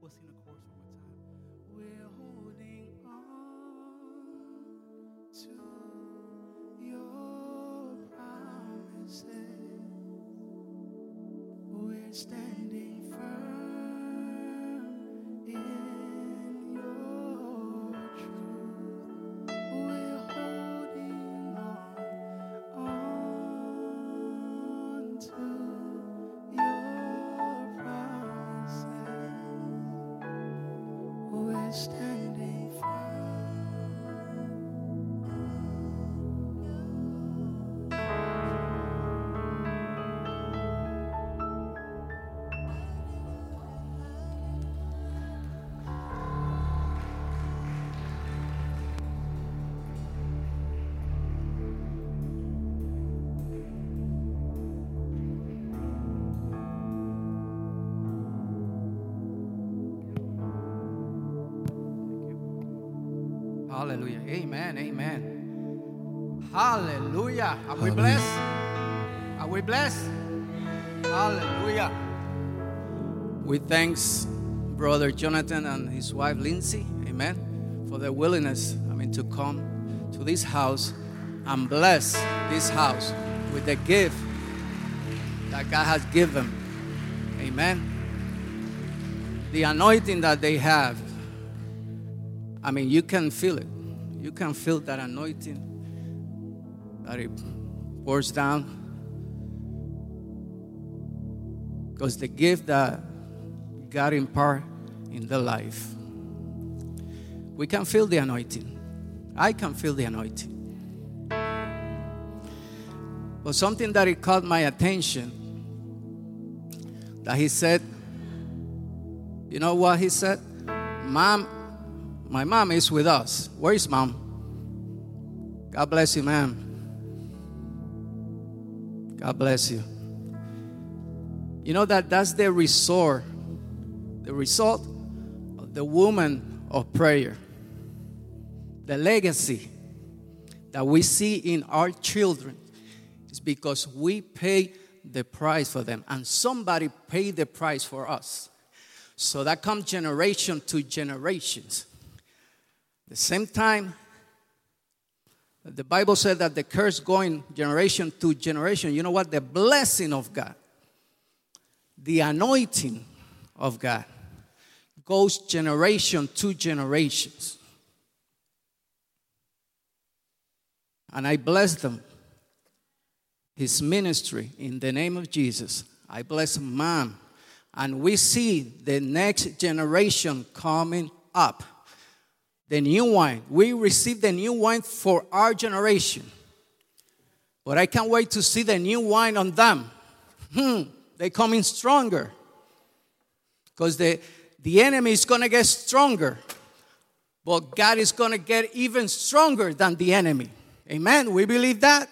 We'll sing the chorus one more time. We're holding on to your promises. We're standing firm in your truth. We're holding on, on to your promises. We're standing firm. Hallelujah. Amen. Amen. Hallelujah. Are we blessed? Are we blessed? Hallelujah. We thanks brother Jonathan and his wife Lindsay. Amen. For their willingness, I mean, to come to this house and bless this house with the gift that God has given. Amen. The anointing that they have. I mean, you can feel it. You can feel that anointing that it pours down. Because the gift that God impart in the life, we can feel the anointing. I can feel the anointing. But something that it caught my attention that he said, you know what he said? Mom, my mom is with us. Where is mom? God bless you, ma'am. God bless you. You know that that's the result, the result of the woman of prayer. The legacy that we see in our children is because we pay the price for them, and somebody paid the price for us. So that comes generation to generations. The same time, the Bible said that the curse going generation to generation, you know what? The blessing of God, the anointing of God goes generation to generations. And I bless them, his ministry, in the name of Jesus. I bless mom. And we see the next generation coming up the new wine. We receive the new wine for our generation. But I can't wait to see the new wine on them. Hmm, they coming stronger. Because the, the enemy is going to get stronger. But God is going to get even stronger than the enemy. Amen. We believe that.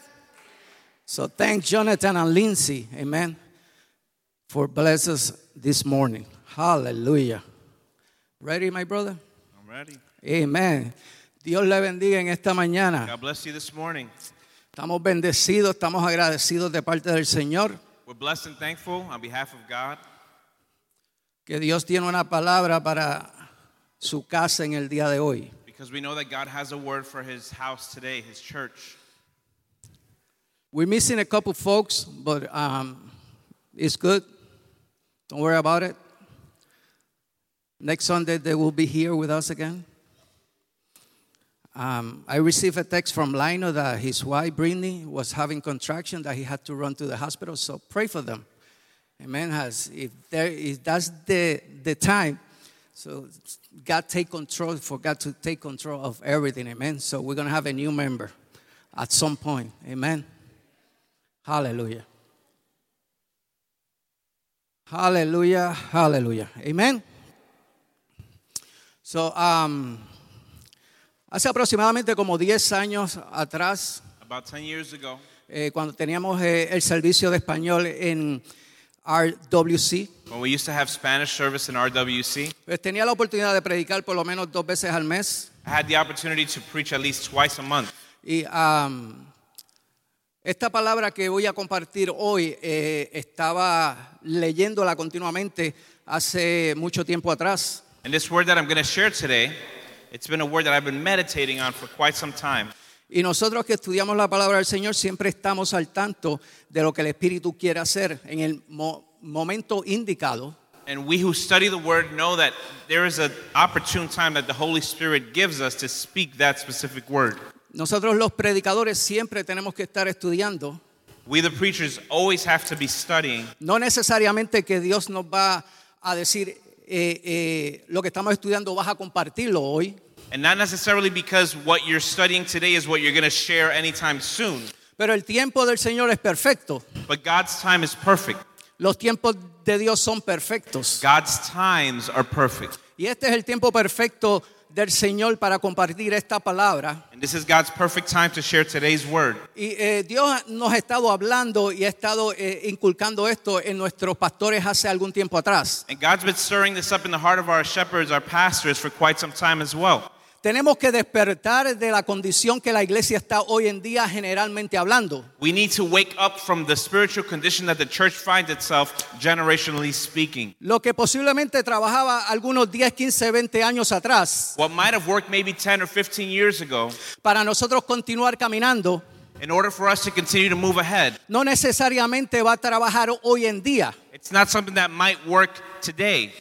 So thank Jonathan and Lindsay. Amen. For bless us this morning. Hallelujah. Ready, my brother? I'm ready. Amén. Dios le bendiga en esta mañana. God bless you this morning. Estamos bendecidos, estamos agradecidos de parte del Señor We're blessed and thankful on behalf of God que Dios tiene una palabra para su casa en el día de hoy. because we know that God has a word for his house today, his church. We're missing a couple folks, but um, it's good. Don't worry about it. Next Sunday they will be here with us again. Um, I received a text from Lino that his wife Brittany was having contraction that he had to run to the hospital. So pray for them. Amen. Has if there if that's the the time, so God take control for God to take control of everything. Amen. So we're gonna have a new member at some point. Amen. Hallelujah. Hallelujah. Hallelujah. Amen. So um, hace aproximadamente como 10 años atrás About 10 years ago, eh, cuando teníamos eh, el servicio de español en RWC, when we used to have Spanish service in RWC, pues tenía la oportunidad de predicar por lo menos dos veces al mes. I had the opportunity to preach at least twice a month. Y am, esta palabra que voy a compartir hoy eh, estaba leyéndola continuamente hace mucho tiempo atrás. And this word that I'm going to share today, it's been a word that I've been meditating on for quite some time. Y nosotros que estudiamos la palabra del Señor siempre estamos al tanto de lo que el Espíritu quiere hacer en el mo- momento indicado. And we who study the word know that there is an opportune time that the Holy Spirit gives us to speak that specific word. Nosotros los predicadores siempre tenemos que estar estudiando. We, the preachers, always have to be studying. No necesariamente que Dios nos va a decir eh, eh, lo que estamos estudiando vas a compartirlo hoy, And not necessarily because what you're studying today is what you're going to share anytime soon, pero el tiempo del Señor es perfecto. but God's time is perfect. Los tiempos de Dios son perfectos. God's times are perfect. Y este es el tiempo perfecto del Señor para compartir esta palabra. And this is God's perfect time to share today's word. Y eh, Dios nos ha estado hablando y ha estado eh, inculcando esto en nuestros pastores hace algún tiempo atrás. And God's been stirring this up in the heart of our shepherds, our pastors, for quite some time as well. Tenemos que despertar de la condición que la iglesia está hoy en día generalmente hablando. We need to wake up from the spiritual condition that the church finds itself, generationally speaking. Lo que posiblemente trabajaba algunos 10, 15, 20 años atrás, What might have worked maybe 10 or 15 years ago, para nosotros continuar caminando, in order for us to continue to move ahead, no necesariamente va a trabajar hoy en día. it's not something that might work today.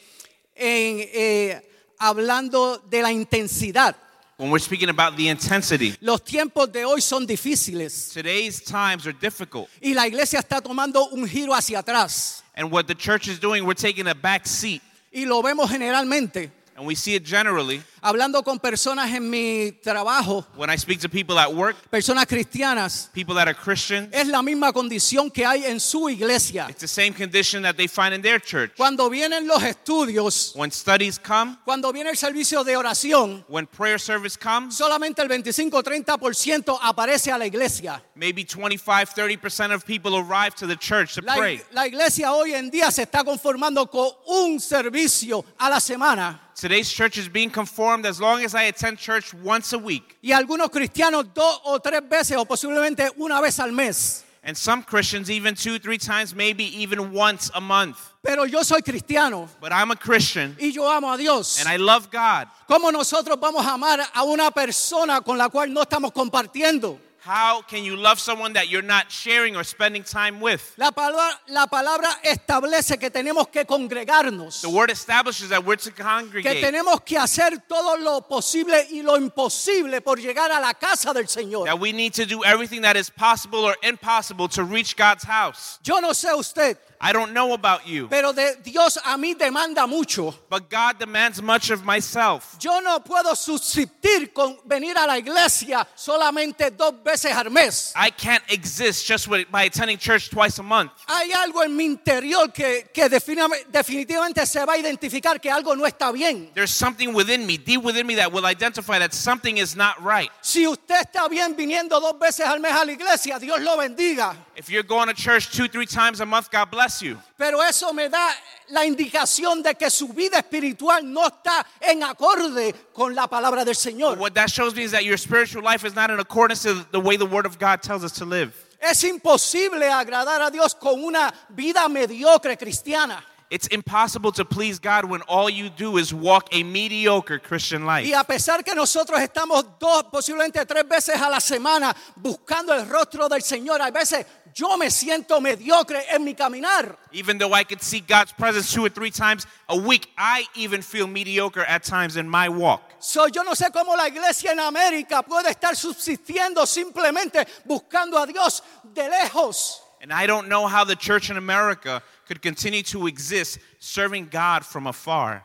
En, eh, hablando de la intensidad. When we're speaking about the intensity, Los tiempos de hoy son difíciles today's times are difficult. y la iglesia está tomando un giro hacia atrás And what the church is doing, we're taking a back seat. y lo vemos generalmente. And we see it generally Hablando con personas en mi trabajo, when I speak to people at work, personas cristianas, people that are Christian. es la misma condición que hay en su iglesia. It's the same condition that they find in their church. Cuando vienen los estudios, When studies come, cuando viene el servicio de oración, when prayer service comes, solamente el 25-30% aparece a la iglesia. maybe 25, 30% of people arrive to the church to La, pray. la iglesia hoy en día se está conformando con un servicio a la semana Today's church is being conformed as long as I attend church once a week. y algunos cristianos dos o tres veces o posiblemente una vez al mes. And some Christians, even two, three times, maybe even once a month. Pero yo soy cristiano But I'm a Christian y yo amo a Dios. and I love God. ¿Cómo nosotros vamos a amar a una persona con la cual no estamos compartiendo? How can you love someone that you're not sharing or spending time with? La palabra, la palabra establece que tenemos que congregarnos, The word establishes that we're to que congregate, tenemos que hacer todo lo posible y lo imposible por llegar a la casa del Señor. that we need to do everything that is possible or impossible to reach God's house. Yo no sé usted, I don't know about you, pero de Dios a mí demanda mucho. but God demands much of myself. Yo no puedo subsistir con venir a la iglesia solamente dos veces al mes. I can't exist just with, by attending church twice a month. Hay algo en mi interior que, que definitiva- definitivamente se va a identificar que algo no está bien. There's something within me, deep within me, that will identify that something is not right. Si usted está bien viniendo dos veces al mes a la iglesia, Dios lo bendiga. If you're going to church two, three times a month, God bless you. Pero eso me da la indicación de que su vida espiritual no está en acorde con la palabra del But Señor. what that shows me is that your spiritual life is not in accordance to the way the Word of God tells us to live. Es imposible agradar a Dios con una vida mediocre cristiana. It's impossible to please God when all you do is walk a mediocre Christian life. Y a pesar que nosotros estamos dos, posiblemente tres veces a la semana buscando el rostro del Señor, a veces yo me siento mediocre en mi caminar. Even though I could see God's presence two or three times a week, I even feel mediocre at times in my walk. So, yo no sé cómo la iglesia en América puede estar subsistiendo simplemente buscando a Dios de lejos. And I don't know how the church in America could continue to exist serving God from afar.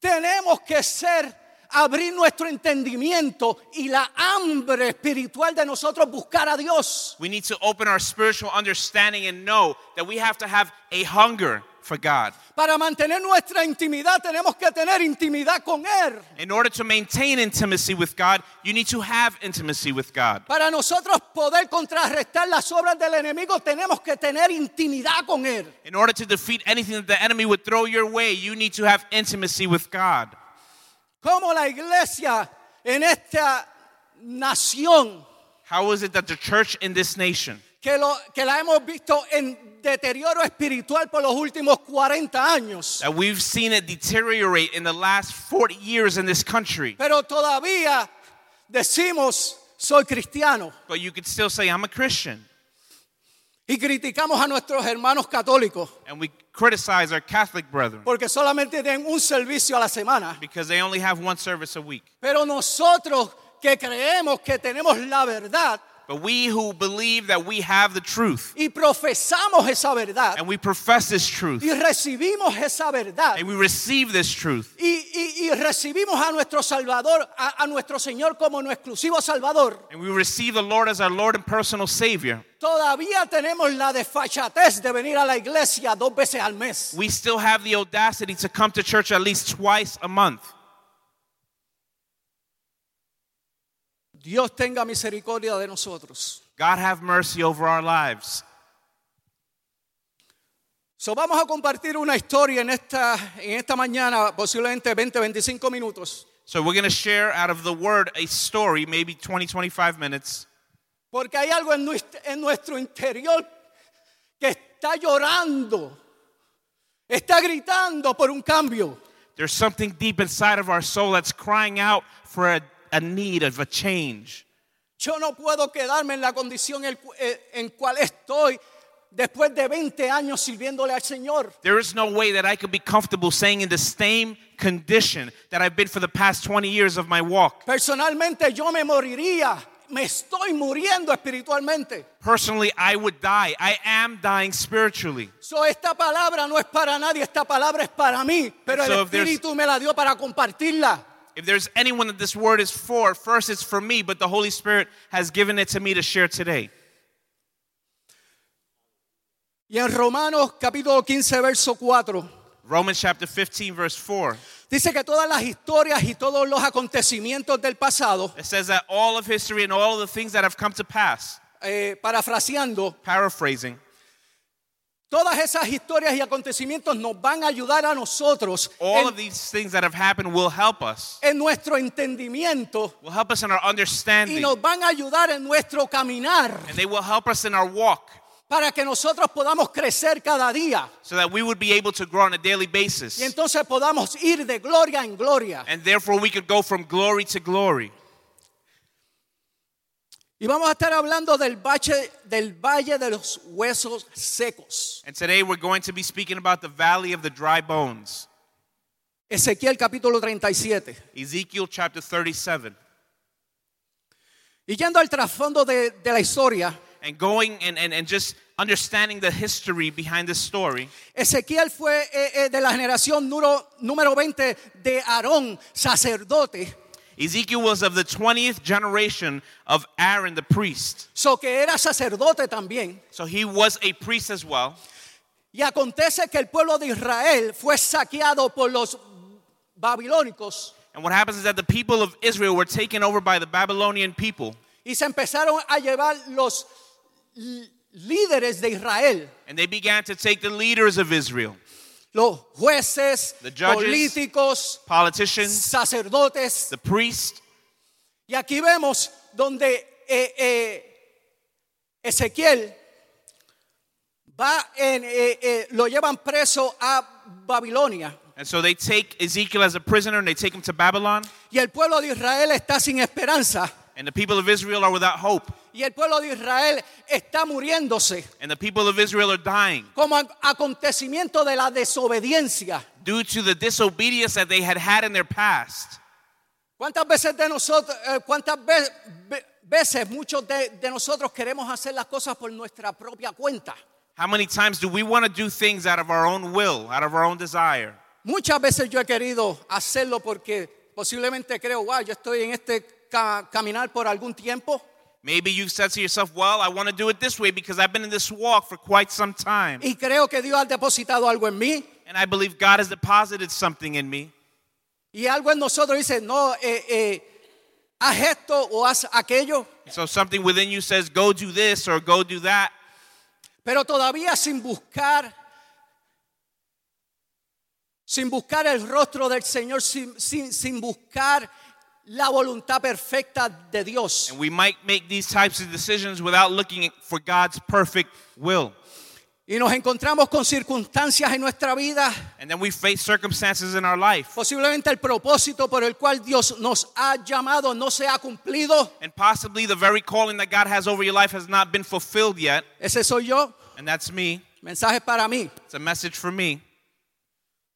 Tenemos que ser, abrir nuestro entendimiento y la hambre espiritual de nosotros buscar a Dios. We need to open our spiritual understanding and know that we have to have a hunger for God. Para mantener nuestra intimidad tenemos que tener intimidad con Él. In order to maintain intimacy with God, you need to have intimacy with God. Para nosotros poder contrarrestar las obras del enemigo tenemos que tener intimidad con Él. In order to defeat anything that the enemy would throw your way, you need to have intimacy with God. Como la iglesia en esta nación How is it that the church in this nation que que, lo- que la hemos visto en deterioro espiritual por los últimos 40 años. That we've seen it deteriorate in the last 40 years in this country. Pero todavía decimos, soy cristiano. But you could still say, I'm a Christian. Y criticamos a nuestros hermanos católicos And we criticize our Catholic brethren porque solamente tienen un servicio a la semana. because they only have one service a week. Pero nosotros que creemos que tenemos la verdad But we who believe that we have the truth y profesamos esa verdad and we profess this truth y recibimos esa verdad and we receive this truth y, y- y recibimos a nuestro Salvador, a, a nuestro Señor como nuestro exclusivo Salvador, and we receive the Lord as our Lord and personal Savior, todavía tenemos la desfachatez de venir a la iglesia dos veces al mes. we still have the audacity to come to church at least twice a month. Dios tenga misericordia de nosotros. God have mercy over our lives. So, vamos a compartir una historia en esta, en esta mañana, posiblemente 20, 25 minutos, So we're going to share out of the word a story, maybe 20, 25 minutes, porque hay algo en, nues- en nuestro interior que está llorando, está gritando por un cambio. There's something deep inside of our soul that's crying out for a, a need of a change. Yo no puedo quedarme en la condición el cu- eh, en cual estoy después de 20 años sirviéndole al Señor. There is no way that I could be comfortable saying in the same condition that I've been for the past 20 years of my walk. Personalmente yo me moriría, me estoy muriendo espiritualmente. Personally, I would die. I am dying spiritually. So, esta palabra no es para nadie, esta palabra es para mí, pero So el if there's- Espíritu me la dio para compartirla. If there's anyone that this word is for, first it's for me, but the Holy Spirit has given it to me to share today. Y en Romanos capítulo 15, verso 4, Romans chapter 15, verse 4. dice que todas las historias y todos los acontecimientos del pasado, It says that all of history and all of the things that have come to pass, eh, parafraseando, paraphrasing, Todas esas historias y acontecimientos nos van a ayudar a nosotros all en, of these things that have happened will help us. en nuestro entendimiento Will help us in our y understanding. nos van a ayudar en nuestro caminar And they will help us in our walk para que nosotros podamos crecer cada día so that we would be able to grow on a daily basis. y entonces podamos ir de gloria en gloria. And therefore, we could go from glory to glory. Y vamos a estar hablando del, bache, del valle de los huesos secos. And today, we're going to be speaking about the valley of the dry bones. Ezequiel capítulo 37. Ezekiel chapter 37. Y yendo al trasfondo de, de la historia, And going and, and, and just understanding the history behind this story. Ezequiel fue eh, eh, de la generación número, número 20 de Aarón, sacerdote. Ezekiel was of the 20th generation of Aaron the priest. So que era sacerdote también. So he was a priest as well. Y acontece que el pueblo de Israel fue saqueado por los babilónicos And what happens is that the people of Israel were taken over by the Babylonian people. y se empezaron a llevar los l- líderes de Israel, And they began to take the leaders of Israel, los jueces, The judges, políticos, politicians, sacerdotes. the priest. Y aquí vemos donde eh, eh, Ezequiel va en, eh, eh, lo llevan preso a Babilonia. And so they take Ezekiel as a prisoner and they take him to Babylon. Y el pueblo de Israel está sin esperanza. And the people of Israel are without hope. Y el pueblo de Israel está muriéndose And the people of Israel are dying como ac- acontecimiento de la desobediencia. due to the disobedience that they had had in their past. ¿Cuántas veces de nosotros, eh, cuántas ve- ve- veces muchos de, de nosotros queremos hacer las cosas por nuestra propia cuenta? How many times do we want to do things out of our own will, out of our own desire? Muchas veces yo he querido hacerlo porque posiblemente creo, wow, yo estoy en este ca- caminar por algún tiempo Maybe you've said to yourself, Well, I want to do it this way because I've been in this walk for quite some time. y creo que Dios ha depositado algo en mí And I believe God has deposited something in me. y algo en nosotros dice, no, eh, eh, haz esto o haz aquello. So something within you says, Go do this or go do that. pero todavía sin buscar, sin buscar el rostro del Señor, sin, sin- sin buscar la voluntad perfecta de Dios. And we might make these types of decisions without looking for God's perfect will. Y nos encontramos con circunstancias en nuestra vida, And then we face circumstances in our life. posiblemente el propósito por el cual Dios nos ha llamado no se ha cumplido. And possibly the very calling that God has over your life has not been fulfilled yet. Ese soy yo, And that's me. mensaje para mí. It's a message for me.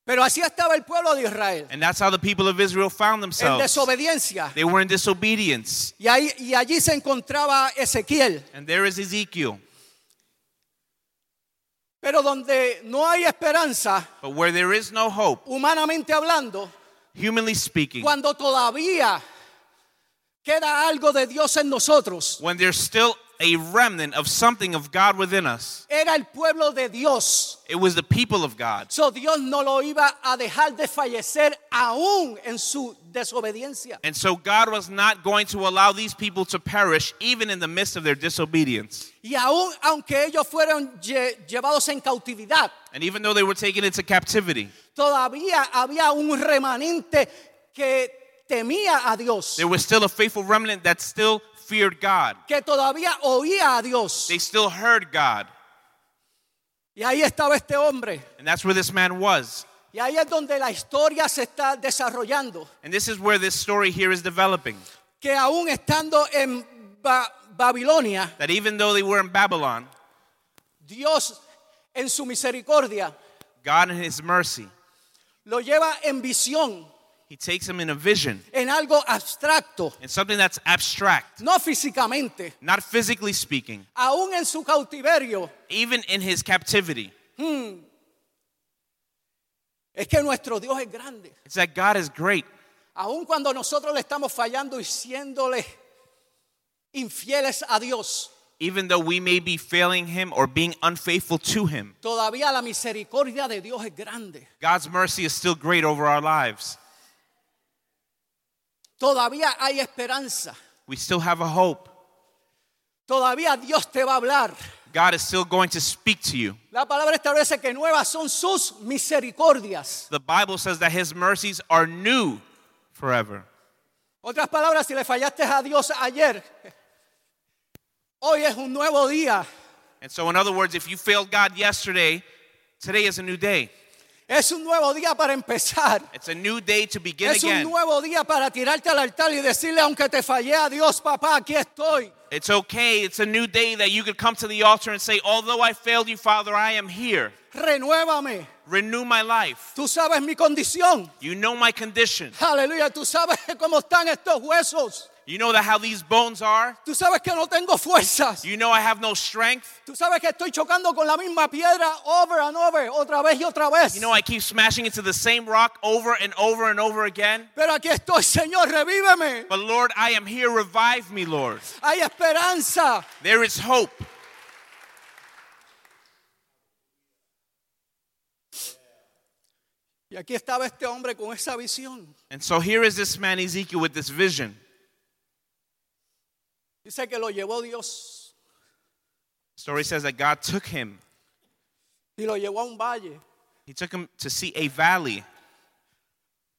Pero así estaba el pueblo de Israel, And that's how the people of Israel found en themselves. desobediencia. They were in disobedience. Y, ahí- y allí se encontraba Ezequiel. And there is Ezekiel. Pero donde no hay esperanza, But where there is no hope, humanamente hablando, humanly speaking, cuando todavía queda algo de Dios en nosotros, when there's still a remnant of something of God within us, era el pueblo de Dios. it was the people of God. So Dios no lo iba a dejar de fallecer aún en su desobediencia. And so God was not going to allow these people to perish even in the midst of their disobedience. Y aún aunque ellos fueron lle- llevados en cautividad, And even though they were taken into captivity, todavía había un remanente que temía a Dios, there was still a faithful remnant that still feared God. que todavía oía a Dios. They still heard God. Y ahí estaba este hombre. And that's where this man was. Y ahí es donde la historia se está desarrollando. And this is where this story here is developing. Que aún estando en Ba- Babilonia, That even though they were in Babylon, Dios en su misericordia God in his mercy, lo lleva en visión, he takes him in a vision, en algo abstracto. in something that's abstract, no físicamente, not physically speaking, aún en su cautiverio, even in his captivity. es que nuestro Dios es grande. It's that God is great. Aún cuando nosotros le estamos fallando y siéndole infieles a Dios, even though we may be failing him or being unfaithful to him, todavía la misericordia de Dios es grande. God's mercy is still great over our lives. Todavía hay esperanza. We still have a hope. Todavía Dios te va a hablar. God is still going to speak to you. La palabra establece que nuevas son sus misericordias. The Bible says that his mercies are new forever. Otras palabras, si le fallaste a Dios ayer, hoy es un nuevo día. And so, in other words, if you failed God yesterday, today is a new day. Es un nuevo día para empezar. It's a new day to begin Es un again. nuevo día para tirarte al altar y decirle, aunque te fallé a Dios, papá, aquí estoy. It's okay. It's a new day that you could come to the altar and say, Although I failed you, Father, I am here. Renuévame. Renew my life. Tú sabes mi condición. You know my condition. Aleluya. Tú sabes cómo están estos huesos. You know that how these bones are. Tú sabes que no tengo fuerzas. You know I have no strength. Tú sabes que estoy chocando con la misma piedra over and over, otra vez y otra vez. You know, I keep smashing into the same rock over and over and over again. Pero aquí estoy, Señor, revíveme. But Lord, I am here. Revive me, Lord. Hay esperanza. There is hope. Y aquí estaba este hombre con esa visión. And so here is this man Ezekiel with this vision. Dice que lo llevó Dios Story says that God took him. y lo llevó a un valle. He took him to see a valley.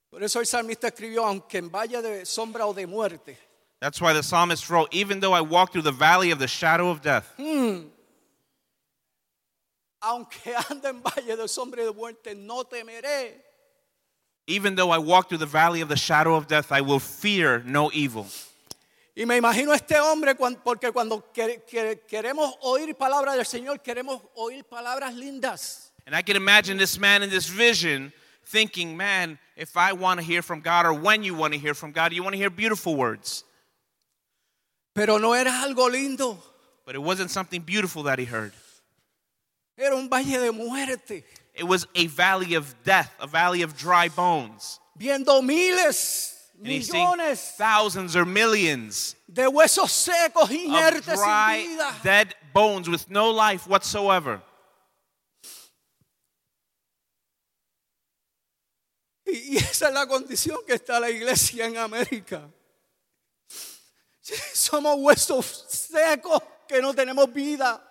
Por eso el salmista escribió, aunque en valle de sombra o de muerte. That's why the psalmist wrote, "Even though I walk through the valley of the shadow of death, aunque ande en valle de sombra y de muerte, no temeré, even though I walk through the valley of the shadow of death, I will fear no evil." Y me imagino a este hombre, cuan- porque cuando que- que- queremos oír palabras del Señor, queremos oír palabras lindas. And I can imagine this man in this vision thinking, "Man, if I want to hear from God or when you want to hear from God, you want to hear beautiful words." Pero no era algo lindo, But it wasn't something beautiful that he heard. era un valle de muerte. It was a valley of death, a valley of dry bones. Viendo miles, And he's seeing millones thousands or millions de huesos secos, of inertes, sin dry, vida. dead bones with no life whatsoever. Y, y esa es la condición que está la iglesia en América. Somos huesos secos que no tenemos vida.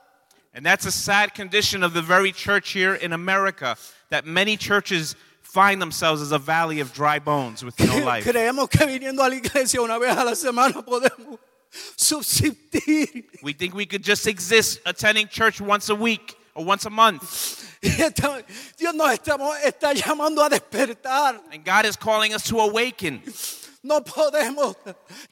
And that's a sad condition of the very church here in America that many churches find themselves as a valley of dry bones with no life. Creemos que viniendo a la iglesia una vez a la semana podemos subsistir. We think we could just exist attending church once a week or once a month. Y estamos- Dios nos estamos- está llamando a despertar. And God is calling us to awaken. No podemos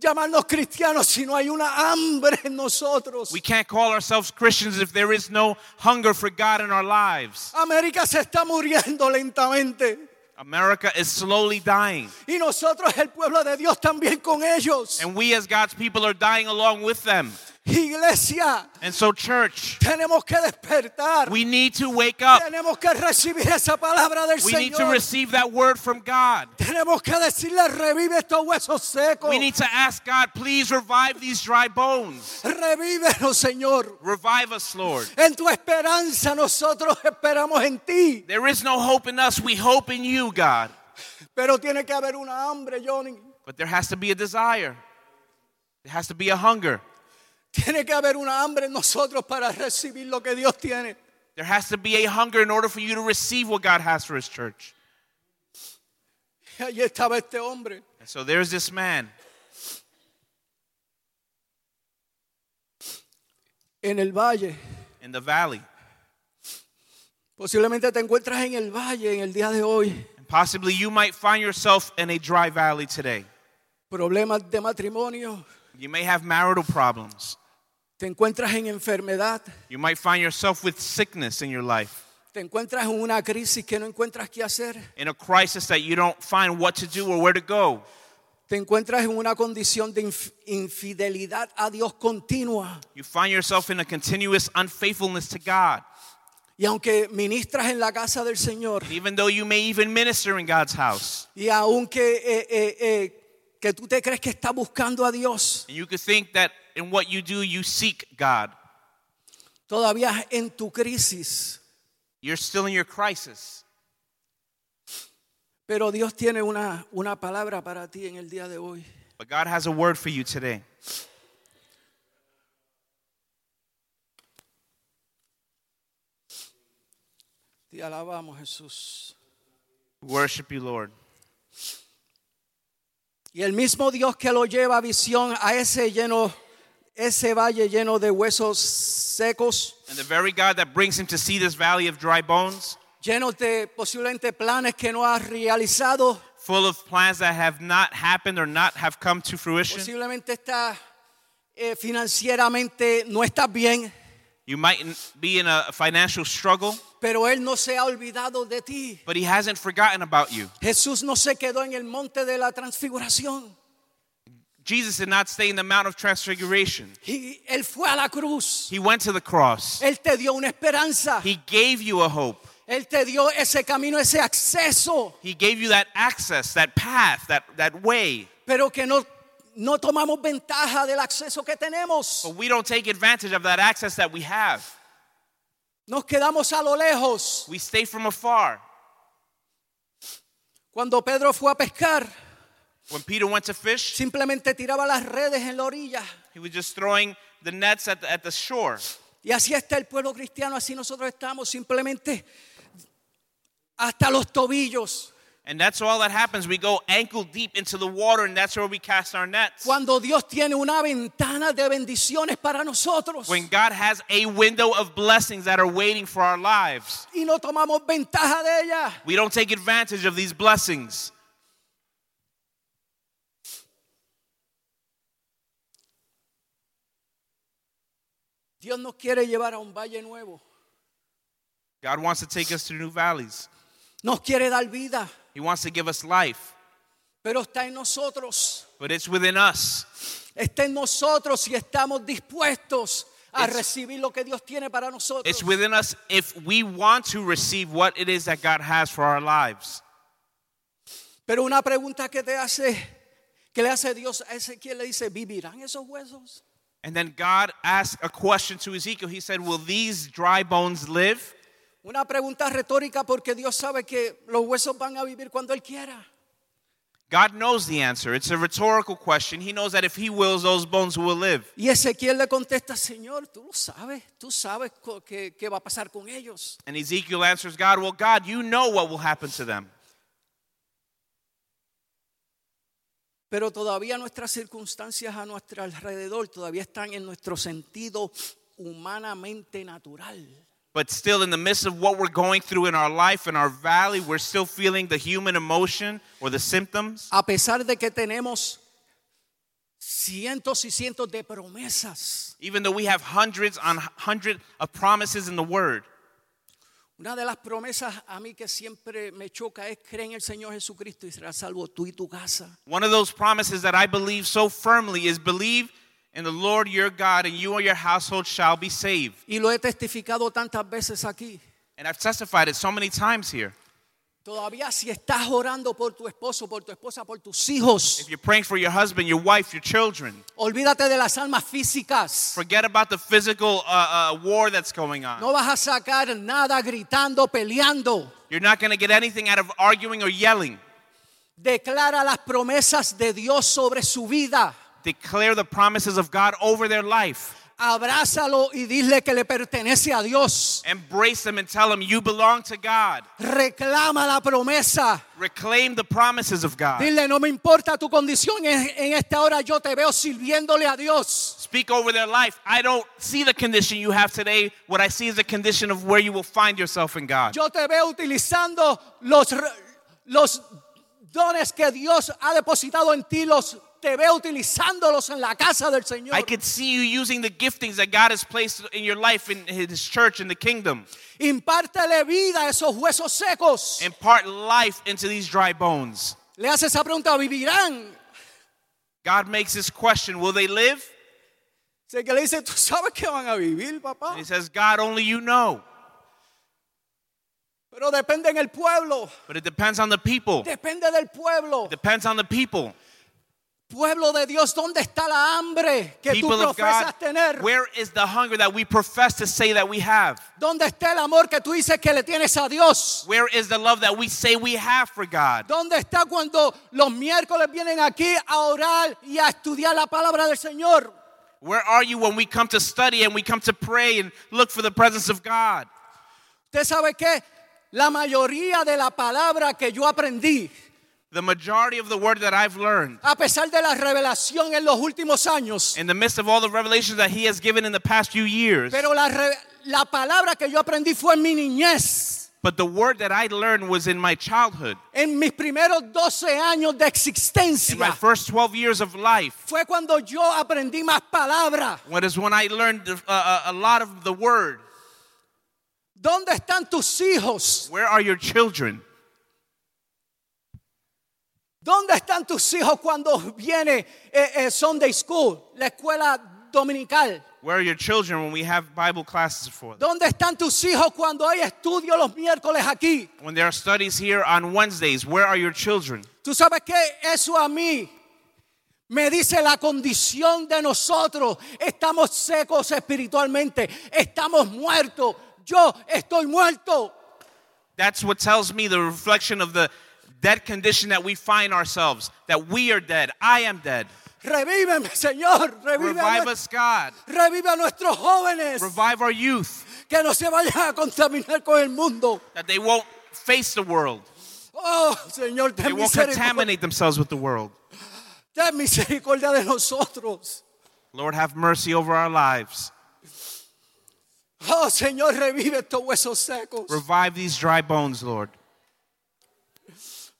llamarnos cristianos si no hay una hambre en nosotros. We can't call ourselves Christians if there is no hunger for God in our lives. América se está muriendo lentamente. America is slowly dying, Y nosotros, el pueblo de Dios, también con ellos. and we as God's people are dying along with them. Iglesia, And so, church, tenemos que despertar. we need to wake up. Tenemos que recibir esa palabra del We need to Señor. receive that word from God. Tenemos que decirle, revive estos huesos secos. We need to ask God, please revive these dry bones. Revívenos, Señor. Revive us, Lord. En tu esperanza nosotros esperamos en ti. There is no hope in us. We hope in you, God. Pero tiene que haber una hambre, Johnny. But there has to be a desire, there has to be a hunger, Tiene que haber una hambre en nosotros para recibir lo que Dios tiene. there has to be a hunger in order for you to receive what God has for His church. Y Allí estaba este hombre. And so there's this man. En el valle. in the valley. Posiblemente te encuentras en el valle en el día de hoy. And possibly you might find yourself in a dry valley today. Problemas de matrimonio. You may have marital problems. Te encuentras en enfermedad. You might find yourself with sickness in your life, Te encuentras en una crisis que no encuentras qué hacer. in a crisis that you don't find what to do or where to go. Te encuentras en una condición de inf- infidelidad a Dios continua. You find yourself in a continuous unfaithfulness to God, Y aunque ministras en la casa del Señor, even though you may even minister in God's house. Y aunque eh, eh, eh, que tú te crees que estás buscando a Dios, And you could think that in what you do, you seek God. todavía en tu crisis, You're still in your crisis. pero Dios tiene una, una palabra para ti en el día de hoy. But God has a word for you today. Te alabamos, Jesús. Worship you, Lord. Y el mismo Dios que lo lleva a visión a ese lleno, ese valle lleno de huesos secos, And the very God that brings him to see this valley of dry bones. llenos de posiblemente planes que no has realizado, full of plans that have not happened or not have come to fruition. posiblemente estás eh, financieramente no estás bien, You might n- be in a financial struggle, pero Él no se ha olvidado de ti. but he hasn't forgotten about you. Jesús no se quedó en el monte de la transfiguración. Jesus did not stay in the Mount of Transfiguration. Y él fue a la cruz. He went to the cross. Él te dio una esperanza. He gave you a hope. Él te dio ese camino, ese acceso, He gave you that access, that path, that, that way. pero que no, no tomamos ventaja del acceso que tenemos. But we don't take advantage of that access that we have. Nos quedamos a lo lejos. We stay from afar. Cuando Pedro fue a pescar, When Peter went to fish, simplemente tiraba las redes en la orilla. he was just throwing the nets at the, at the shore. Y así está el pueblo cristiano, así nosotros estamos, simplemente hasta los tobillos. And that's all that happens. We go ankle deep into the water, and that's where we cast our nets. Cuando Dios tiene una ventana de bendiciones para nosotros. When God has a window of blessings that are waiting for our lives, y no tomamos ventaja de ella. we don't take advantage of these blessings. Dios nos quiere llevar a un valle nuevo. God wants to take us to new valleys, Nos quiere dar vida, He wants to give us life, pero está en nosotros. but it's within us. Está en nosotros si estamos dispuestos a recibir lo que Dios tiene para nosotros. It's within us if we want to receive what it is that God has for our lives. Pero una pregunta que te hace, que le hace Dios a Ezequiel le dice, ¿vivirán esos huesos? And then God asked a question to Ezekiel. He said, Will these dry bones live? Una pregunta retórica porque Dios sabe que los huesos van a vivir cuando Él quiera. God knows the answer. It's a rhetorical question. He knows that if He wills, those bones will live. Y Ezequiel le contesta, Señor, tú lo sabes, tú sabes co- qué qué va a pasar con ellos. And Ezekiel answers God, Well, God, you know what will happen to them. Pero todavía nuestras circunstancias a nuestro alrededor todavía están en nuestro sentido humanamente natural. But still, in the midst of what we're going through in our life, in our valley, we're still feeling the human emotion or the symptoms. A pesar de que tenemos cientos y cientos de promesas, Even though we have hundreds on hundred of promises in the Word. una de las promesas a mí que siempre me choca es cree en el Señor Jesucristo y serás salvo tú y tu casa. One of those promises that I believe so firmly is believe in the Lord your God, and you and your household shall be saved. Y lo he testificado tantas veces aquí. And I've testified it so many times here. Todavía si estás orando por tu esposo, por tu esposa, por tus hijos, If you're praying for your husband, your wife, your children, olvídate de las almas físicas. forget about the physical uh, uh, war that's going on. No vas a sacar nada gritando, peleando. You're not going to get anything out of arguing or yelling. Declara las promesas de Dios sobre su vida. Declare the promises of God over their life. Abrázalo y dile que le pertenece a Dios. Embrace them and tell them you belong to God. Reclama la promesa. Reclaim the promises of God. Dile, no me importa tu condición, en en esta hora yo te veo sirviéndole a Dios. Speak over their life. I don't see the condition you have today. What I see is the condition of where you will find yourself in God. Yo te veo utilizando los, re- los dones que Dios ha depositado en ti, los te veo utilizándolos en la casa del Señor. I could see you using the giftings that God has placed in your life, in His church, in the kingdom. Impártele vida a esos huesos secos. Impart life into these dry bones. Le hace esa pregunta, ¿vivirán? God makes this question Will they live? Sé que le dice, ¿tú sabes que van a vivir, papá? And He says, God, only you know. Pero depende en el pueblo, But it depends on the people. depende del pueblo. Depends on the people. Pueblo de Dios, ¿dónde está la hambre que tú People of God, profesas tener? where is the hunger that we profess to say that we have? ¿Dónde está el amor que tú dices que le tienes a Dios? Where is the love that we say we have for God? ¿Dónde está cuando los miércoles vienen aquí a orar y a estudiar la palabra del Señor? Where are you when we come to study and we come to pray and look for the presence of God? Usted sabe que la mayoría de la palabra que yo aprendí, The majority of the word that I've learned, a pesar de la revelación en los últimos años, in the midst of all the revelations that He has given in the past few years, pero la, re- la palabra que yo aprendí fue en mi niñez, but the word that I learned was in my childhood, en mis primeros 12 años de in my existencia. first 12 years of life. Fue cuando yo aprendí más palabra. What is when I learned uh, uh, a lot of the word. ¿Dónde están tus hijos? Where are your children? ¿Dónde están tus hijos cuando viene eh, eh, Sunday School, la escuela dominical? Where are your children when we have Bible classes for them? ¿Dónde están tus hijos cuando hay estudio los miércoles aquí? When there are studies here on Wednesdays, where are your children? Tú sabes que eso a mí me dice la condición de nosotros. Estamos secos espiritualmente, estamos muertos. Yo estoy muerto. That's what tells me the reflection of the dead condition that we find ourselves, that we are dead. I am dead. Revíveme, Señor. Revive a, Revive nue- us, God. revive a nuestros jóvenes. Revive our youth, Que no se vayan a contaminar con el mundo. that they won't face the world. Oh, Señor, They ten won't misericordia, contaminate themselves with the world. ten misericordia de nosotros. Lord, have mercy over our lives. Oh, Señor, revive estos huesos secos. Revive these dry bones, Lord.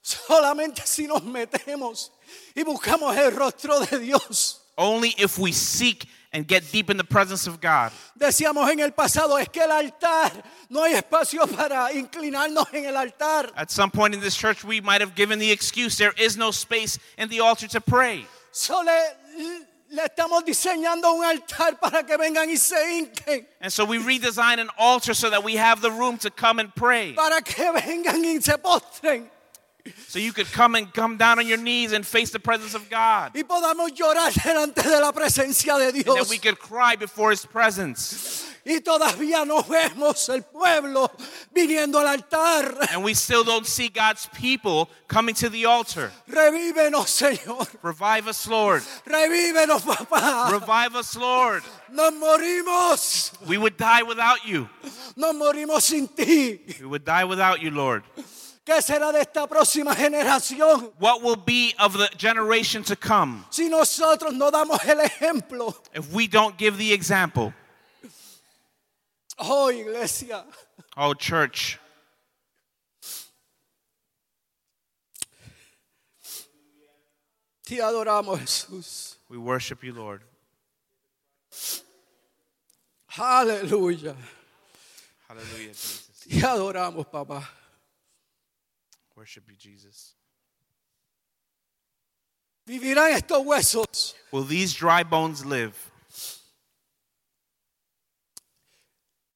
Solamente si nos metemos y buscamos el rostro de Dios. Only if we seek and get deep in the presence of God. Decíamos en el pasado, es que el altar, no hay espacio para inclinarnos en el altar. At some point in this church, we might have given the excuse there is no space in the altar to pray. Solo le, le estamos diseñando un altar para que vengan y se hinquen, And so we redesign an altar so that we have the room to come and pray. para que vengan y se postren So you could come and come down on your knees and face the presence of God. y podamos llorar delante de la presencia de And that Dios. we could cry before His presence. Y todavía no vemos el pueblo viniendo al altar. And we still don't see God's people coming to the altar. Revívenos, Señor. Revive us, Lord. Revívenos, papá. Revive us, Lord. Nos morimos. We would die without you. Nos morimos sin ti. We would die without you, Lord. ¿Qué será de esta próxima generación What will be of the generation to come si nosotros no damos el ejemplo? if we don't give the example? Oh, iglesia, Oh, church, te adoramos, Jesús. we worship you, Lord. Aleluya. Hallelujah, Jesus. Te adoramos, papá. Worship you, Jesus. Vivirán estos huesos. Will these dry bones live?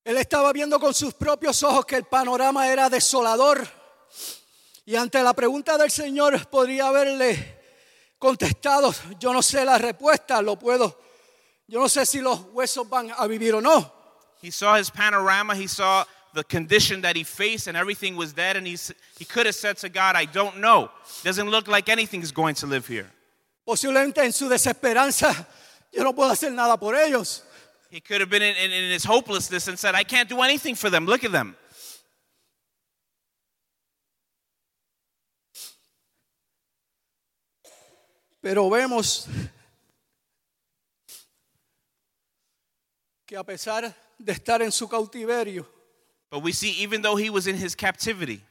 Él estaba viendo con sus propios ojos que el panorama era desolador. Y ante la pregunta del Señor podría haberle contestado, yo no sé la respuesta, lo puedo. Yo no sé si los huesos van a vivir o no. He saw his panorama, he saw the condition that he faced, and everything was dead. And he, s- he could have said to God, I don't know. Doesn't look like anything's going to live here. Posiblemente en su desesperanza, yo no puedo hacer nada por ellos. He could have been in, in, in his hopelessness and said, I can't do anything for them. Look at them. Pero vemos que a pesar de estar en su cautiverio, But we see, even though he was in his captivity,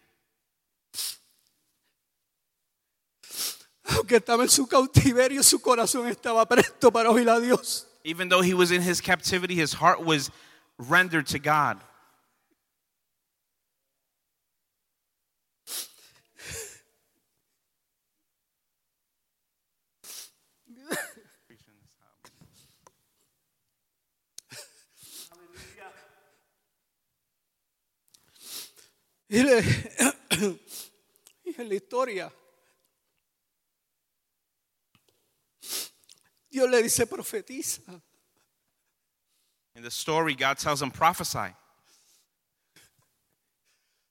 aunque estaba en su cautiverio, su corazón estaba presto para oír a Dios. even though he was in his captivity, his heart was rendered to God. Y, le- y en la historia, Dios le dice, profetiza. In the story, God tells him, prophesy.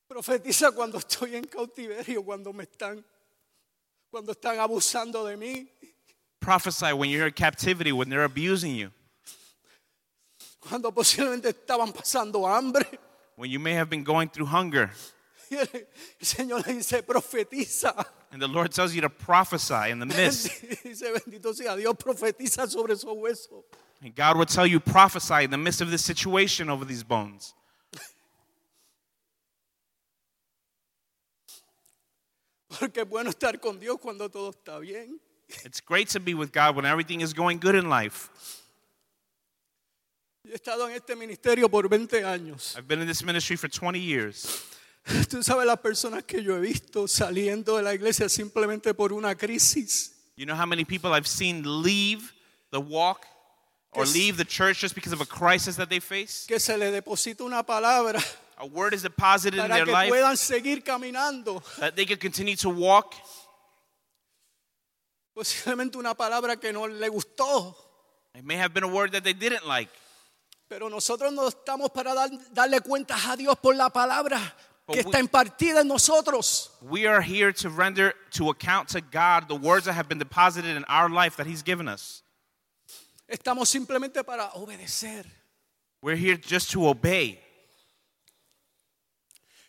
Profetiza cuando estoy en cautiverio, cuando me están, cuando están abusando de mí, Prophesy when you're in captivity, when they're abusing you, cuando posiblemente estaban pasando hambre. when you may have been going through hunger. Y el el Señor le dice, profetiza. And the Lord tells you to prophesy in the midst. Dice, bendito sea Dios, profetiza sobre esos huesos. And God will tell you, prophesy in the midst of this situation over these bones. Porque es bueno estar con Dios cuando todo está bien. It's great to be with God when everything is going good in life. Yo he estado en este ministerio por 20 años. I've been in this ministry for 20 years. Tú sabes las personas que yo he visto saliendo de la iglesia simplemente por una crisis. You know how many people I've seen leave the walk or Yes. leave the church just because of a crisis that they face? Que se le deposita una palabra A word is deposited in para their que life puedan seguir caminando. that they can continue to walk. Posiblemente una palabra que no le gustó. It may have been a word that they didn't like, Pero nosotros no estamos para dar- darle cuentas a Dios por la palabra But que we- está impartida en nosotros. We are here to render to account to God the words that have been deposited in our life that He's given us. Estamos simplemente para obedecer. We're here just to obey.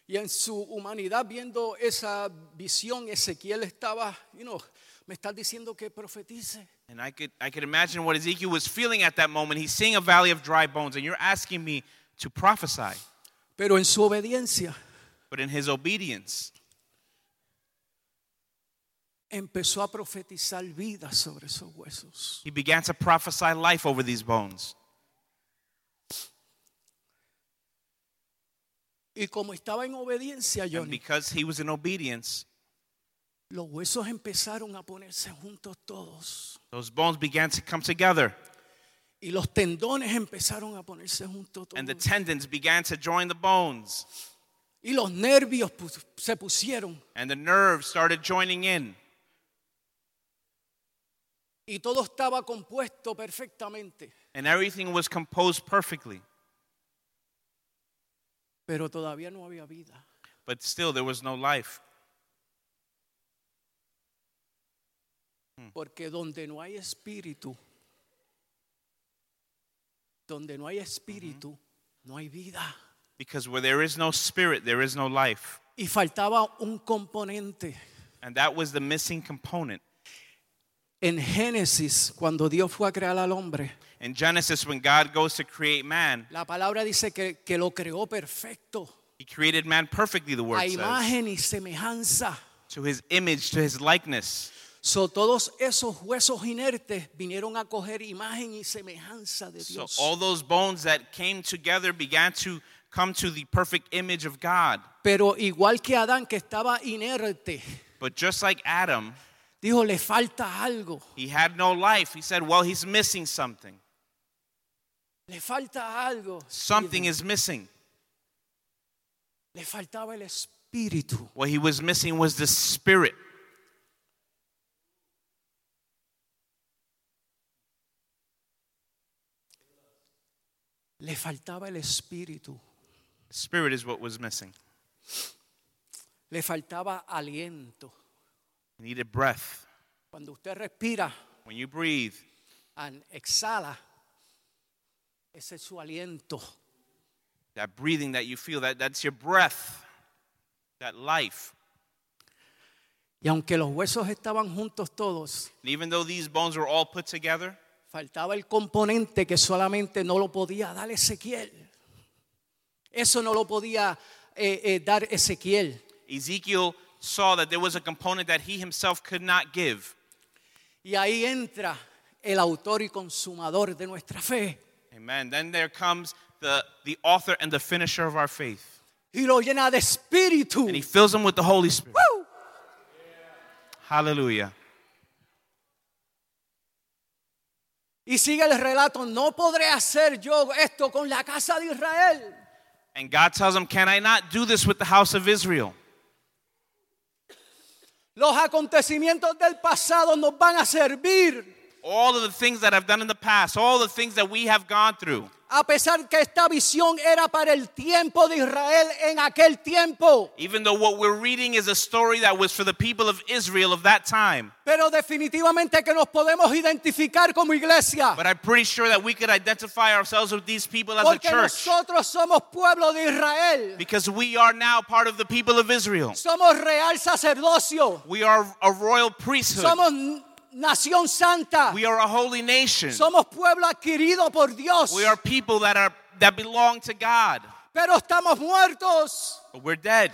Y en su humanidad, viendo esa visión, Ezequiel estaba, you know, me estás diciendo que profetice. And I could, I could imagine what Ezekiel was feeling at that moment. He's seeing a valley of dry bones, and you're asking me to prophesy. Pero en su obediencia But in his obedience, empezó a profetizar vida sobre esos huesos. he began to prophesy life over these bones. Y como estaba en obediencia, And Johnny, because he was in obedience, los huesos empezaron a ponerse juntos todos. those bones began to come together, Y los tendones empezaron a ponerse juntos and the todos. tendons began to join the bones, Y los nervios pus- se pusieron. and the nerves started joining in, Y todo estaba compuesto perfectamente. and everything was composed perfectly. Pero todavía no había vida. But still, there was no life. Mm. Porque donde no hay espíritu, donde no hay espíritu, no hay vida. Because where there is no spirit, there is no life. y faltaba un componente. And that was the missing component. En Génesis, cuando Dios fue a crear al hombre, In Genesis, when God goes to create man, La palabra dice que, que lo creó perfecto, he created man perfectly, the word a says. imagen y semejanza. To his image, to his likeness. So, todos esos huesos inertes vinieron a coger imagen y semejanza de So Dios. all those bones that came together began to come to the perfect image of God. Pero igual que Adán que estaba inerte, But just like Adam, dijo, le falta algo, he had no life. He said, Well, he's missing something. le falta algo. Something is missing. Le faltaba el espíritu. What he was missing was the spirit. Le faltaba el espíritu. The spirit is what was missing. Le faltaba aliento. He needed breath. Cuando usted respira, When you breathe, an- exhala, ese es su aliento. that breathing that you feel, that, that's your breath, that life. Y aunque los huesos estaban juntos todos, And even though these bones were all put together, faltaba el componente que solamente no lo podía dar Ezequiel. Eso no lo podía eh, eh, dar Ezequiel. Ezekiel saw that there was a component that he himself could not give. Y ahí entra el autor y consumador de nuestra fe. Amen. Then there comes the, the author and the finisher of our faith. Y lo llena de espíritu. And he fills them with the Holy Spirit. Hallelujah. Y sigue el relato, no podré hacer yo esto con la casa de Israel. And God tells him, Can I not do this with the house of Israel? Los acontecimientos del pasado nos van a servir. All of the things that I've done in the past, all the things that we have gone through, A pesar que esta visión era para el tiempo de Israel en aquel tiempo. even though what we're reading is a story that was for the people of Israel of that time. Pero definitivamente que nos podemos identificar como iglesia. But I'm pretty sure that we could identify ourselves with these people as a Porque church nosotros somos pueblo de Israel. because we are now part of the people of Israel. Somos real sacerdocio. We are a royal priesthood. Somos n- nación santa. We are a holy nation. Somos pueblo adquirido por Dios. We are people that are that belong to God. Pero estamos muertos. But we're dead.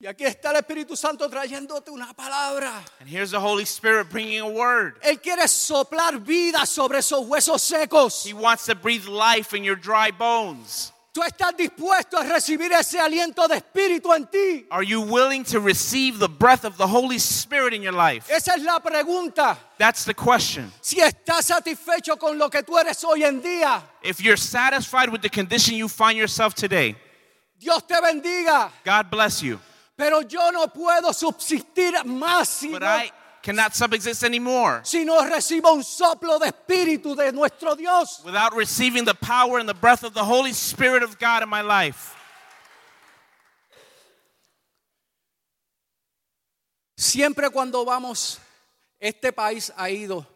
Y aquí está el Espíritu Santo trayéndote una palabra. And here's the Holy Spirit bringing a word. Él quiere soplar vida sobre esos huesos secos. He wants to breathe life in your dry bones. Tú estás dispuesto a recibir ese aliento de espíritu en ti. Are you willing to receive the breath of the Holy Spirit in your life? Esa es la pregunta. That's the question. Si estás satisfecho con lo que tú eres hoy en día, If you're satisfied with the condition you find yourself today, Dios te bendiga. God bless you. Pero yo no puedo subsistir más si no, But I cannot subsist anymore si no recibo un soplo de espíritu de nuestro Dios. without receiving the power and the breath of the Holy Spirit of God in my life. Siempre cuando vamos, este país ha ido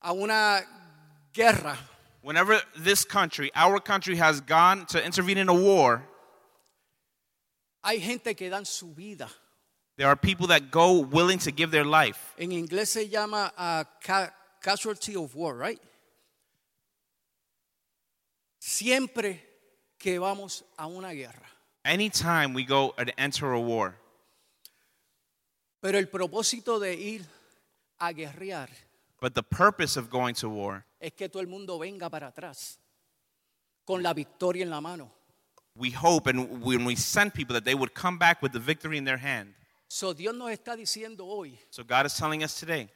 a una guerra. Whenever this country, our country, has gone to intervene in a war, Hay gente que dan su vida. there are people that go willing to give their life. En inglés se llama ah, ca- casualty of war, right? Siempre que vamos a una guerra. Anytime we go and enter a war, Pero el propósito de ir a guerrear but the purpose of going to war, es que todo el mundo venga para atrás con la victoria en la mano. we hope and when we send people that they would come back with the victory in their hand. So Dios nos está diciendo hoy, So God is telling us today,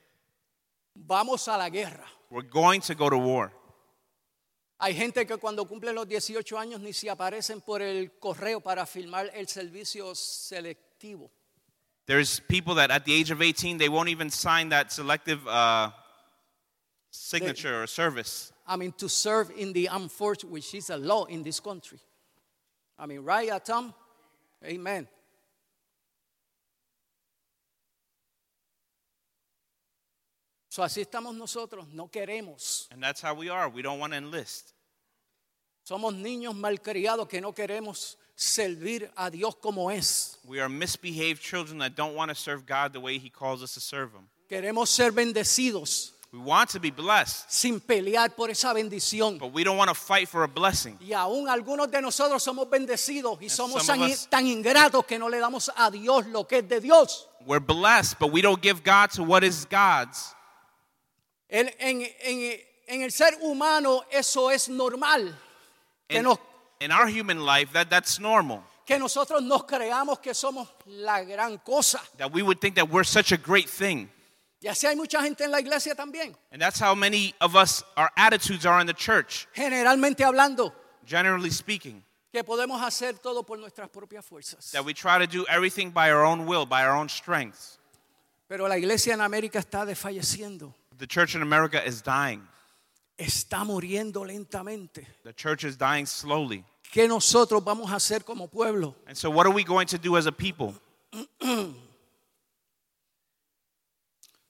vamos a la guerra. we're going to go to war. Hay gente que cuando cumplen los 18 años ni se aparecen por el correo para firmar el servicio selectivo. There's people that at the age of 18, they won't even sign that selective uh, signature or service. I mean, to serve in the armed force, which is a law in this country. I mean, right, Atam? Amen. So así estamos nosotros, no queremos. And that's how we are. We don't want to enlist. Somos niños malcriados que no queremos servir a Dios como es. We are misbehaved children that don't want to serve God the way He calls us to serve Him. Queremos ser bendecidos We want to be blessed, sin pelear por esa bendición. but we don't want to fight for a blessing. Y aún algunos de nosotros somos bendecidos y somos some of tan, us- tan ingratos que no le damos a Dios lo que es de Dios. We're blessed, but we don't give God to what is God's. En, en- en- en el ser humano eso es normal. Que, In, nos- in our human life, that, that's normal. que nosotros nos creamos que somos la gran cosa. That we would think that we're such a great thing. Y así hay mucha gente en la iglesia también, And that's how many of us, our attitudes are in the church, generalmente hablando, generally speaking. que podemos hacer todo por nuestras propias fuerzas. That we try to do everything by our own will, by our own strength. Pero la iglesia en América está desfalleciendo, The church in America is dying. está muriendo lentamente. The church is dying slowly. ¿Qué nosotros vamos a hacer como pueblo? And so, what are we going to do as a people?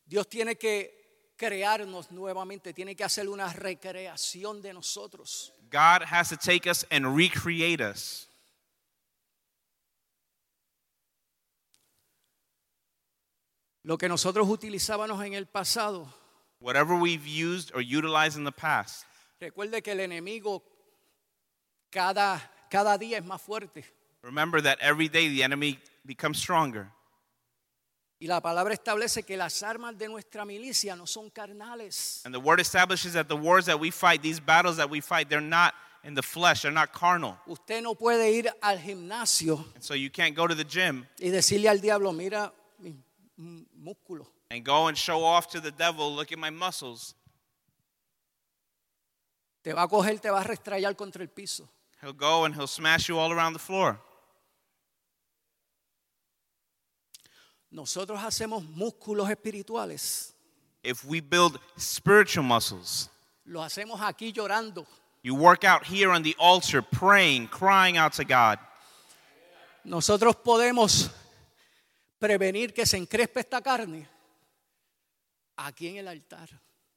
Dios tiene que crearnos nuevamente, tiene que hacer una recreación de nosotros. God has to take us and recreate us. Lo que nosotros utilizábamos en el pasado, Whatever we've used or utilized in the past. recuerde que el enemigo cada, cada día es más fuerte. Remember that every day the enemy becomes stronger. Y la palabra establece que las armas de nuestra milicia no son carnales, And the word establishes that the wars that we fight, these battles that we fight, they're not in the flesh, they're not carnal. Usted no puede ir al gimnasio And so you can't go to the gym y decirle al diablo, mira mis m- músculos. and go and show off to the devil, look at my muscles. Te va a coger, te va a restrayar contra el piso. He'll go and he'll smash you all around the floor. Nosotros hacemos músculos espirituales. If we build spiritual muscles, Los hacemos aquí llorando. you work out here on the altar, praying, crying out to God. Nosotros podemos prevenir que se encrespe esta carne aquí en el altar.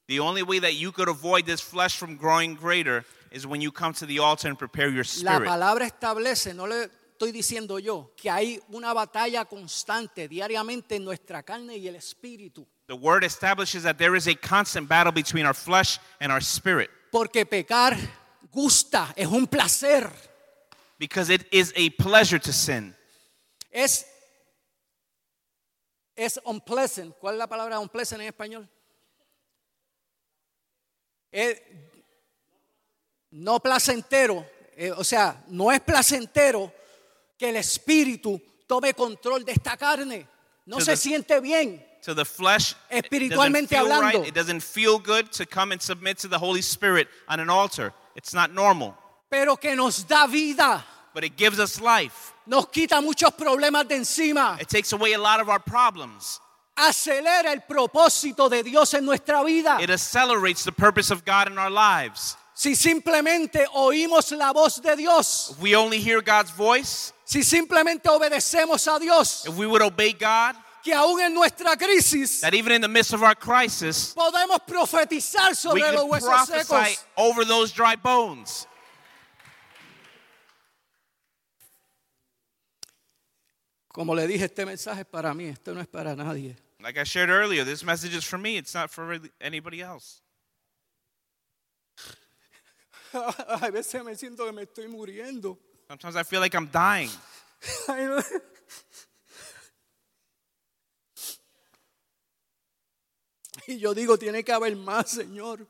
The only way that you could avoid this flesh from growing greater is when you come to the altar and prepare your La spirit. palabra establece, no le estoy diciendo yo, que hay una batalla constante diariamente en nuestra carne y el espíritu. The word establishes that there is a constant battle between our flesh and our spirit Porque pecar gusta, es un placer, because it is a pleasure to sin. es es unpleasant. ¿Cuál es la palabra unpleasant en español? Es no placentero, eh, o sea, no es placentero que el espíritu tome control de esta carne. No To se the- siente bien. To the flesh, it doesn't, Espiritualmente feel right. hablando. it doesn't feel good to come and submit to the Holy Spirit on an altar. It's not normal, pero que nos da vida, but it gives us life. nos quita muchos problemas de encima, It takes away a lot of our problems. acelera el propósito de Dios en nuestra vida. It accelerates the purpose of God in our lives. Si simplemente oímos la voz de Dios, If we only hear God's voice, si simplemente obedecemos a Dios, if we would obey God, que aún en nuestra crisis that even in the midst of our crisis, podemos profetizar we sobre los can huesos prophesy secos. over those dry bones. Como le dije, este mensaje es para mí, esto no es para nadie. Like I shared earlier, this message is for me. It's not for really anybody else. A veces me siento que me estoy muriendo. Sometimes I feel like I'm dying. Ay, no. Y yo digo, tiene que haber más, Señor.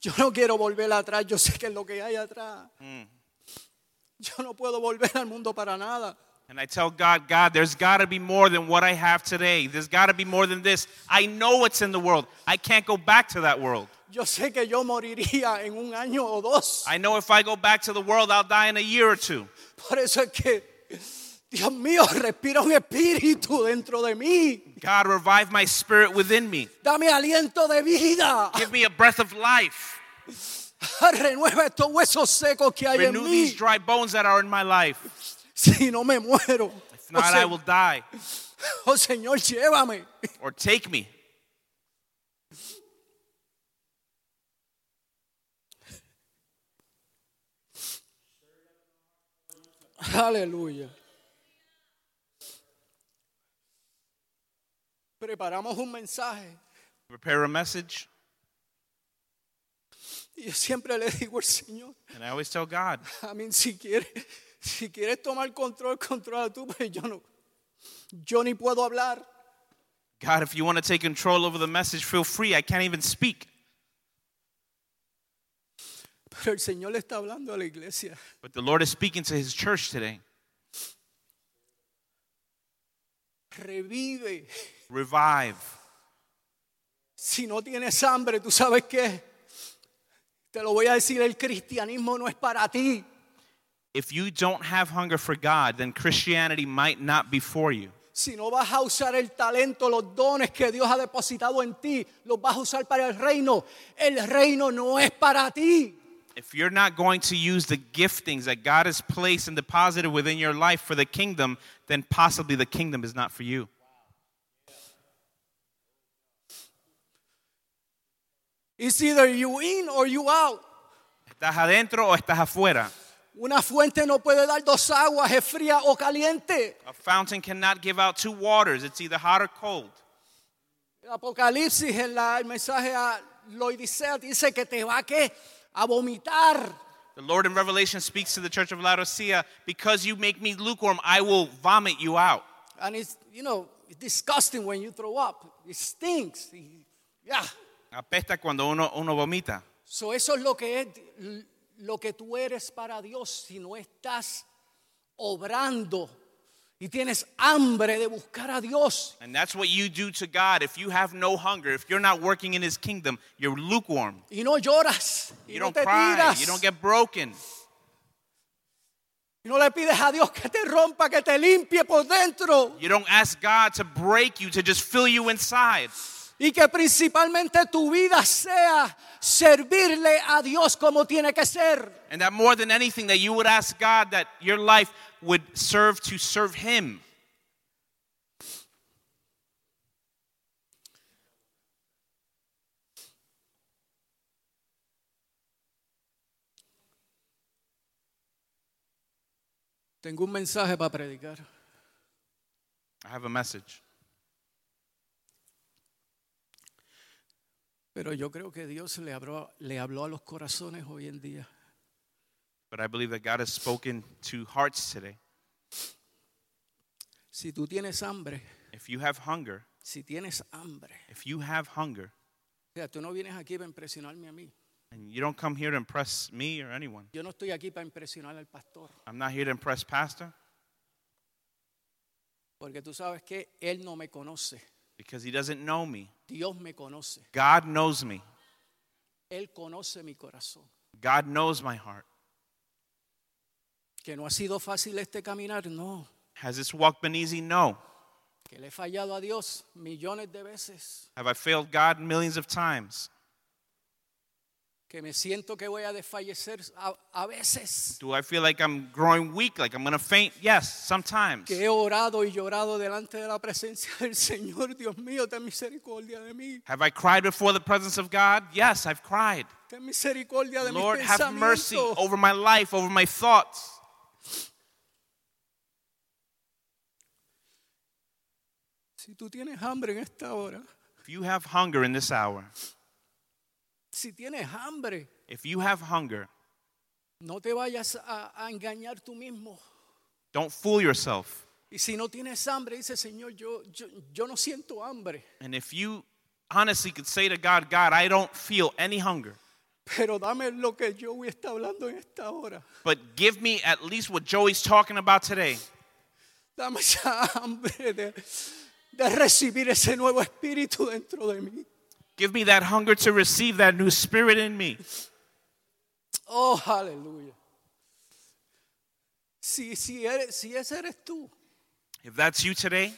Yo no quiero volver atrás, yo sé que es lo que hay atrás. Yo no puedo volver al mundo para nada. And I tell God, God, there's got to be more than what I have today. There's got to be more than this. I know what's in the world. I can't go back to that world. Yo sé que yo moriría en un año o dos. I know if I go back to the world, I'll die in a year or two. Por eso es que, Dios mío, respira un espíritu dentro de mí. God, revive my spirit within me. Dame aliento de vida. Give me a breath of life. Renueva estos huesos secos que hay en Renew mí. these dry bones that are in my life. Si no me muero. If not, oh, I Se- will die. oh, Señor, llévame. Or take me. Aleluya. Preparamos un mensaje Prepare a message. y yo siempre le digo al Señor, And I always tell God, a mí si quieres, si quieres tomar control, controla tú, pero yo no, yo ni puedo hablar. God, if you want to take control over the message, feel free. I can't even speak. Pero el Señor le está hablando a la iglesia. But the Lord is speaking to his church today. Revive. Revive. Si no tienes hambre, tú sabes qué. Te lo voy a decir, el cristianismo no es para ti. If you don't have hunger for God, then Christianity might not be for you. Si no vas a usar el talento, los dones que Dios ha depositado en ti, los vas a usar para el reino. El reino no es para ti. If you're not going to use the giftings that God has placed and deposited within your life for the kingdom, then possibly the kingdom is not for you. It's either you in or you out. ¿Estás adentro o estás afuera? Una fuente no puede dar dos aguas, es fría o caliente. A fountain cannot give out two waters, it's either hot or cold. El Apocalipsis, en la- el mensaje a Loidicea, dice que te va ¿qué? a vomitar. The Lord in Revelation speaks to the church of Laodicea because you make me lukewarm, I will vomit you out. And it's, you know, it's disgusting when you throw up. It stinks. Yeah. Apesta cuando uno, uno vomita. So eso es lo que es lo que tú eres para Dios si no estás obrando y tienes hambre de buscar a Dios. And that's what you do to God. If you have no hunger, if you're not working in his kingdom, you're lukewarm. Y no lloras, y You no don't te cry, tiras, you don't get broken. y no le pides a Dios que te rompa, que te limpie por dentro You don't ask God to break you, to just fill you inside. y que principalmente tu vida sea servirle a Dios como tiene que ser. And that more than anything, that you would ask God that your life would serve to serve Him. Tengo un mensaje para predicar. I have a message. Pero yo creo que Dios le habló, le habló a los corazones hoy en día. But I believe that God has spoken to hearts today. Si tú tienes hambre, If you have hunger, si tienes hambre, if you have hunger, o sea, tú no vienes aquí para impresionarme a mí. and you don't come here to impress me or anyone, Yo no estoy aquí para impresionar al pastor, I'm not here to impress Pastor porque tú sabes que él no me conoce, because he doesn't know me. Dios me conoce, God knows me, él conoce mi corazón. God knows my heart. Que no ha sido fácil este caminar, no. Has this walk been easy? No. Que le he fallado a Dios millones de veces, Have I failed God millions of times? que me siento que voy a desfallecer a, a veces, Do I feel like I'm growing weak, like I'm going to faint? Yes, sometimes. que he orado y llorado delante de la presencia del Señor, Dios mío, ten misericordia de mí. Have I cried before the presence of God? Yes, I've cried. Ten misericordia de Lord, mis have mercy pensamientos. over my life, over my thoughts. Si tú tienes hambre en esta hora, If you have hunger in this hour, si tienes hambre, if you have hunger, no te vayas a, a engañar tú mismo. don't fool yourself. Y si no tienes hambre, dice Señor, yo, yo, yo no siento hambre, And if you honestly could say to God, God, I don't feel any hunger, pero dame lo que yo voy a estar hablando en esta hora. but give me at least what Joey's talking about today. Dame esa hambre de, de recibir ese nuevo espíritu dentro de mí. Give me that hunger to receive that new spirit in me. Oh, aleluya. Si, si, eres- si ese eres tú, If that's you today,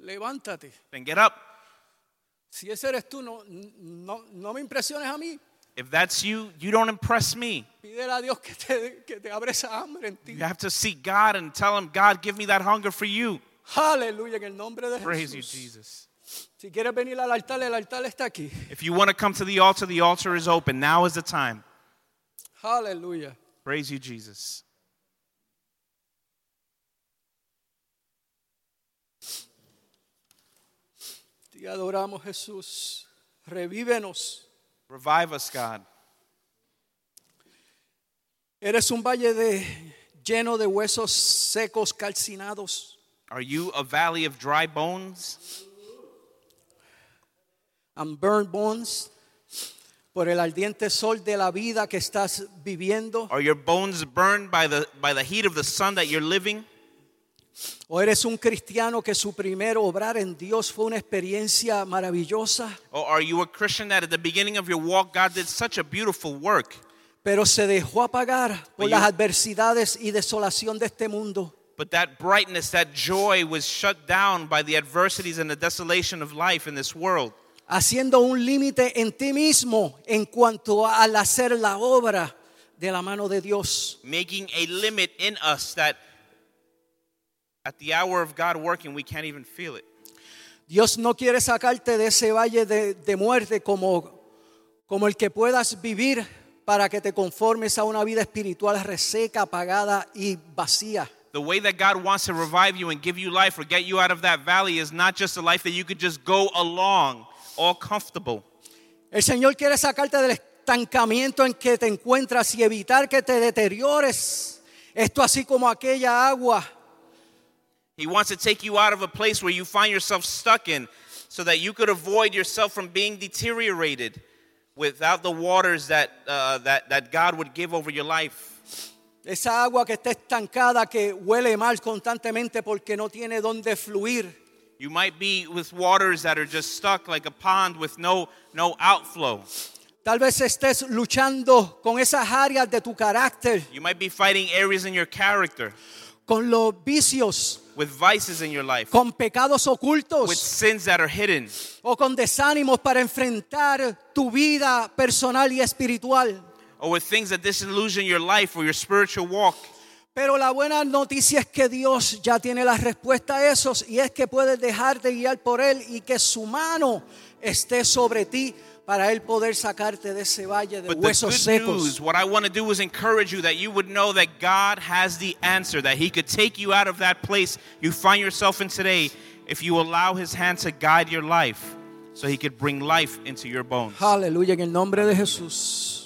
levántate. then get up. Si ese eres tú, no, no, no me impresiones a mí. If that's you, you don't impress me. Pídele a Dios que te, que te abra esa hambre en ti. You have to seek God and tell Him, God, give me that hunger for you. Aleluya, en el nombre de Praise you, Jesús. Jesus. Si quieres venir al altar, el altar está aquí. If you want to come to the altar, the altar is open. Now is the time. Aleluya. Praise you, Jesus. Te adoramos, Jesús. Revívenos. Revive us, God. Eres un valle de, lleno de huesos secos, calcinados. Are you a valley of dry bones? and burn bones por el ardiente sol de la vida que estás viviendo Are your bones burned by the, by the heat of the sun that you're living? o eres un cristiano que su primer obrar en Dios fue una experiencia maravillosa Or are you a Christian that at the beginning of your walk, God did such a beautiful work, pero se dejó apagar por Oye. las adversidades y desolación de este mundo but that brightness, that joy was shut down by the adversities and the desolation of life in this world, haciendo un límite en ti mismo en cuanto al hacer la obra de la mano de Dios making a limit in us that at the hour of God working, we can't even feel it. Dios no quiere sacarte de ese valle de, de muerte como, como el que puedas vivir para que te conformes a una vida espiritual reseca, apagada y vacía. The way that God wants to revive you and give you life or get you out of that valley is not just a life that you could just go along all comfortable. El Señor quiere sacarte del estancamiento en que te encuentras y evitar que te deteriores. Esto así como aquella agua He wants to take you out of a place where you find yourself stuck in so that you could avoid yourself from being deteriorated without the waters that, uh, that, that God would give over your life. Esa agua que está estancada, que huele mal constantemente porque no tiene dónde fluir. You might be with waters that are just stuck like a pond with no, no outflow. Tal vez estés luchando con esas áreas de tu carácter, You might be fighting areas in your character con los vicios, with vices in your life, con pecados with ocultos sins that are hidden, o con desánimos para enfrentar tu vida personal y espiritual. or with things that disillusion your life or your spiritual walk. Pero la buena noticia es que Dios ya tiene la respuesta a esos y es que puedes dejarte guiar por Él y que su mano esté sobre ti para Él poder sacarte de ese valle de But the huesos good secos. news, what I want to do is encourage you that you would know that God has the answer, that He could take you out of that place you find yourself in today if you allow His hand to guide your life so He could bring life into your bones. Aleluya, en el nombre de Jesús.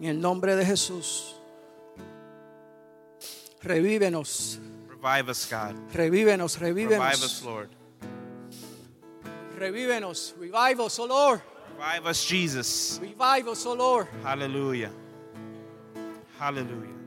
En el nombre de Jesús. Revívenos, Revive us, God. revívenos, Revive us, revívenos. Lord. Revívenos, revive us, oh Lord. Revive us, Jesus. Revive us, oh Lord. Hallelujah. Hallelujah.